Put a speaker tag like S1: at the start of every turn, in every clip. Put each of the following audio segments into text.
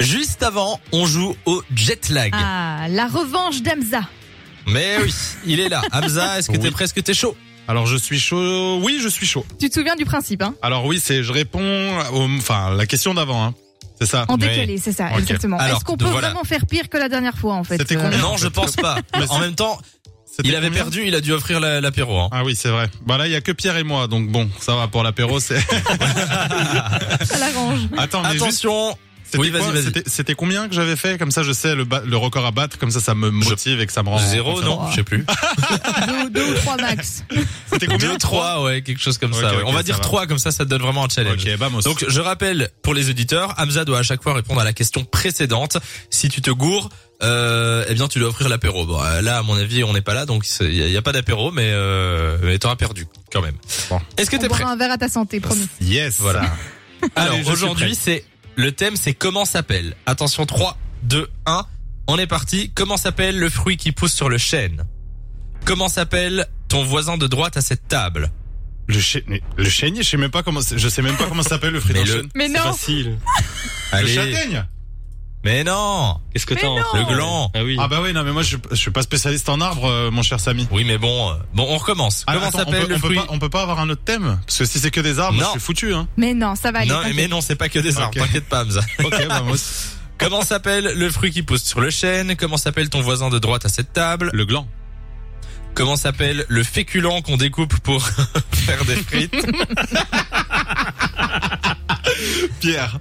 S1: Juste avant, on joue au jet lag.
S2: Ah, la revanche d'Amza.
S1: Mais oui, il est là. Hamza, est-ce que t'es
S3: Oui.
S1: prêt Est-ce que t'es chaud
S3: Alors je suis chaud. Oui, je suis chaud.
S2: Tu te souviens du principe, hein
S3: Alors oui, c'est je réponds. au- Enfin, la question d'avant, hein. C'est ça.
S2: En
S3: Mais-
S2: décalé, c'est ça,
S3: Ok.
S2: exactement.
S1: Alors,
S2: Est-ce qu'on
S1: de-
S2: peut
S1: voilà.
S2: vraiment faire pire que la dernière fois, en fait
S3: C'était
S2: euh,
S3: combien
S1: Non, je pense pas. En même temps,
S3: c'était
S1: il avait
S3: combien
S1: perdu, il a dû offrir la- l'apéro. hein.
S3: Ah oui, c'est vrai. Bah là, il y a que Pierre et moi, donc bon, ça va pour l'apéro. C'est.
S2: À la range.
S3: Attends, Ah, mais juste.
S1: Attention,
S3: c'était
S1: Oui, vas-y,
S3: quoi
S1: vas-y.
S3: C'était- C'était combien que j'avais fait Comme ça, je sais le, ba- le record à battre. Comme ça, ça me motive et que ça me rend.
S1: zéro,
S3: ça-
S1: non, je sais plus.
S2: deux, deux ou trois max.
S3: C'était combien
S1: Deux, trois, ouais, quelque chose comme
S3: Ok,
S1: ça. ouais.
S3: ok,
S1: on va
S3: ça
S1: dire
S3: va.
S1: trois, comme ça, ça te donne vraiment un challenge.
S3: Ok, bah, vamos.
S1: Donc je rappelle pour les auditeurs, Hamza doit à chaque fois répondre à la question précédente. Si tu te gourres, euh, eh bien tu dois offrir l'apéro. Bon, euh, là à mon avis on n'est pas là, donc c'est- il n'y a, pas d'apéro, mais, euh, mais t'auras perdu quand même.
S3: Bon.
S1: Est-ce que
S2: On
S1: t'es prêt
S2: boira un verre à ta santé, promis.
S3: yes.
S1: Voilà. Alors
S3: je suis
S1: aujourd'hui c'est le thème c'est comment s'appelle. Attention 3, 2, 1, on est parti. Comment s'appelle le fruit qui pousse sur le chêne Comment s'appelle ton voisin de droite à cette table
S3: Le, chê- mais le chênier, je sais même pas comment. c'est- Je sais même pas comment ça s'appelle le fruit
S1: Mais
S3: d'un
S1: le-
S3: chêne.
S2: Mais
S3: C'est
S2: non.
S3: Facile.
S1: Allez.
S3: Le châtaigne.
S1: Mais non
S4: Qu'est-ce que
S2: Mais
S4: t'as en
S2: non.
S4: fait
S1: Le gland.
S4: Ah oui.
S3: Ah bah oui, non mais moi je, je suis pas spécialiste en arbres, euh, mon cher Samy.
S1: Oui mais bon, euh, bon on recommence.
S3: Ah,
S1: comment
S3: attends,
S1: s'appelle
S3: on peut,
S1: le
S3: on peut
S1: fruit
S3: pas, on peut pas avoir un autre thème Parce que si c'est que des arbres,
S1: Non.
S3: je suis foutu. Hein.
S2: Mais non, ça va aller.
S1: Non,
S2: t'inquiète.
S1: mais non, c'est pas que des arbres.
S3: Ok.
S1: T'inquiète pas, Hamza.
S3: Ok, vamos.
S1: Comment s'appelle le fruit qui pousse sur le chêne Comment s'appelle ton voisin de droite à cette table
S3: Le gland.
S1: Comment s'appelle le féculent qu'on découpe pour faire des frites
S3: Pierre,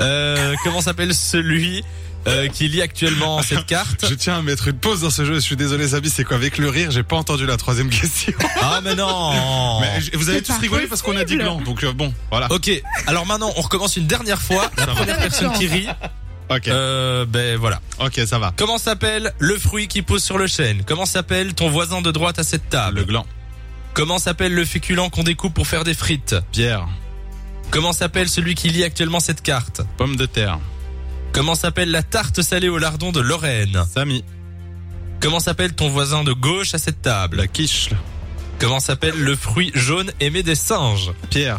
S1: Euh, Comment s'appelle celui euh, qui lit actuellement cette carte
S3: je tiens à mettre une pause dans ce jeu. Je suis désolé, Samy, c'est quoi avec le rire J'ai pas entendu la troisième question.
S1: Ah mais non
S3: Mais je- vous avez
S2: C'est
S3: tous
S2: pas
S3: rigolé parce qu'on a dit
S2: possible.
S3: gland. Donc euh, bon, voilà.
S1: Ok, alors maintenant on recommence une dernière fois. La première personne qui rit,
S3: Ok,
S1: euh, ben voilà.
S3: ok, ça va.
S1: Comment s'appelle le fruit qui pousse sur le chêne Comment s'appelle ton voisin de droite à cette
S3: Le
S1: table
S3: gland.
S1: Comment s'appelle le féculent qu'on découpe pour faire des frites
S3: Pierre,
S1: Comment s'appelle celui qui lit actuellement cette carte
S3: pomme de terre.
S1: Comment s'appelle la tarte salée au lardon de Lorraine
S3: Samy,
S1: Comment s'appelle ton voisin de gauche à cette table
S3: la quiche.
S1: Comment s'appelle le fruit jaune aimé des singes
S3: Pierre,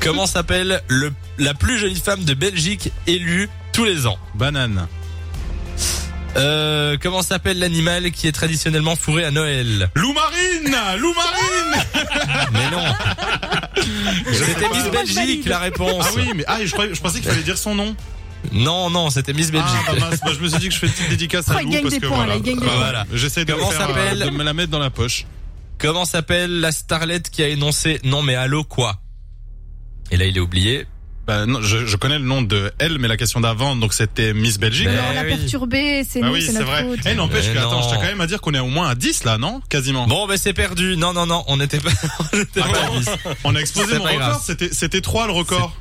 S1: Comment s'appelle le- la plus jolie femme de Belgique élue tous les ans
S3: banane.
S1: Euh, Comment s'appelle l'animal qui est traditionnellement fourré à Noël
S3: Loup marine Loup marine
S1: Mais non C'était Miss
S2: Moi, je
S1: Belgique
S2: valide.
S1: la réponse
S3: Ah oui, mais ah, je, croyais- je pensais qu'il fallait dire son nom.
S1: Non, non, c'était Miss Belgique.
S3: Ah, bah mince, bah, je me suis dit que je fais une petite dédicace
S2: Oh,
S3: à
S2: il
S3: Lou
S2: gagne
S3: parce
S2: des
S3: que
S2: points,
S3: voilà.
S2: là, il gagne des
S3: Bah,
S2: points.
S3: voilà. J'essaie de,
S1: Comment
S3: le faire,
S1: s'appelle
S3: euh, de me la mettre dans la poche.
S1: Comment s'appelle la starlette qui a énoncé Non mais allô quoi Et là il est oublié.
S3: Bah, non, je, je connais le nom de elle, mais la question d'avant, donc c'était Miss Belgique.
S1: Ben,
S2: Non, on l'a
S1: Eh oui.
S2: perturbé, c'est
S3: bah
S2: nous,
S3: oui,
S2: c'est
S3: c'est
S2: notre
S3: vrai.
S2: faute.
S3: Eh, n'empêche
S1: Mais
S3: que, attends,
S1: non.
S3: je tiens quand même à dire qu'on est au moins à 10 là, non? Quasiment.
S1: Bon, mais c'est perdu. Non, non, non, on n'était pas, on n'était pas
S3: Attends.
S1: à 10.
S3: On a explosé
S1: C'est
S3: mon
S1: pas grave.
S3: record, c'était, c'était 3 le record.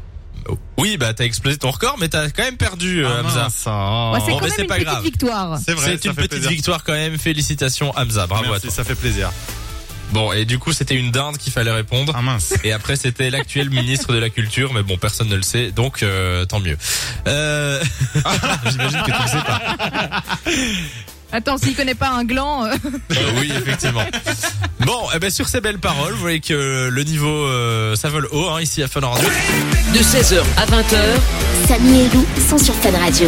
S1: Oui, bah, t'as explosé ton record, mais t'as quand même perdu, euh,
S3: Ah,
S1: Hamza.
S3: mince, ça.
S2: Ouais, c'est
S1: bon,
S2: quand
S1: mais
S2: même
S1: c'est
S2: une
S1: pas
S2: petite
S1: grave.
S2: victoire.
S3: C'est vrai,
S1: C'est
S3: ça
S1: une
S3: fait
S1: petite
S3: plaisir.
S1: victoire quand même. Félicitations, Hamza. Bravo
S3: Merci,
S1: à toi.
S3: ça fait plaisir.
S1: Bon, et du coup, c'était une dinde qu'il fallait répondre.
S3: Ah mince.
S1: Et après, c'était l'actuel ministre de la Culture, mais bon, personne ne le sait, donc euh, tant mieux. Euh... J'imagine que tu le sais pas.
S2: Attends, s'il connaît pas un gland, euh,
S1: Euh, oui, effectivement. Bon, eh ben, sur ces belles paroles, vous voyez que le niveau, euh, ça vole haut, hein, ici à Fun Radio.
S5: De 16h à 20h,
S6: Samy et Lou sont sur Fan Radio.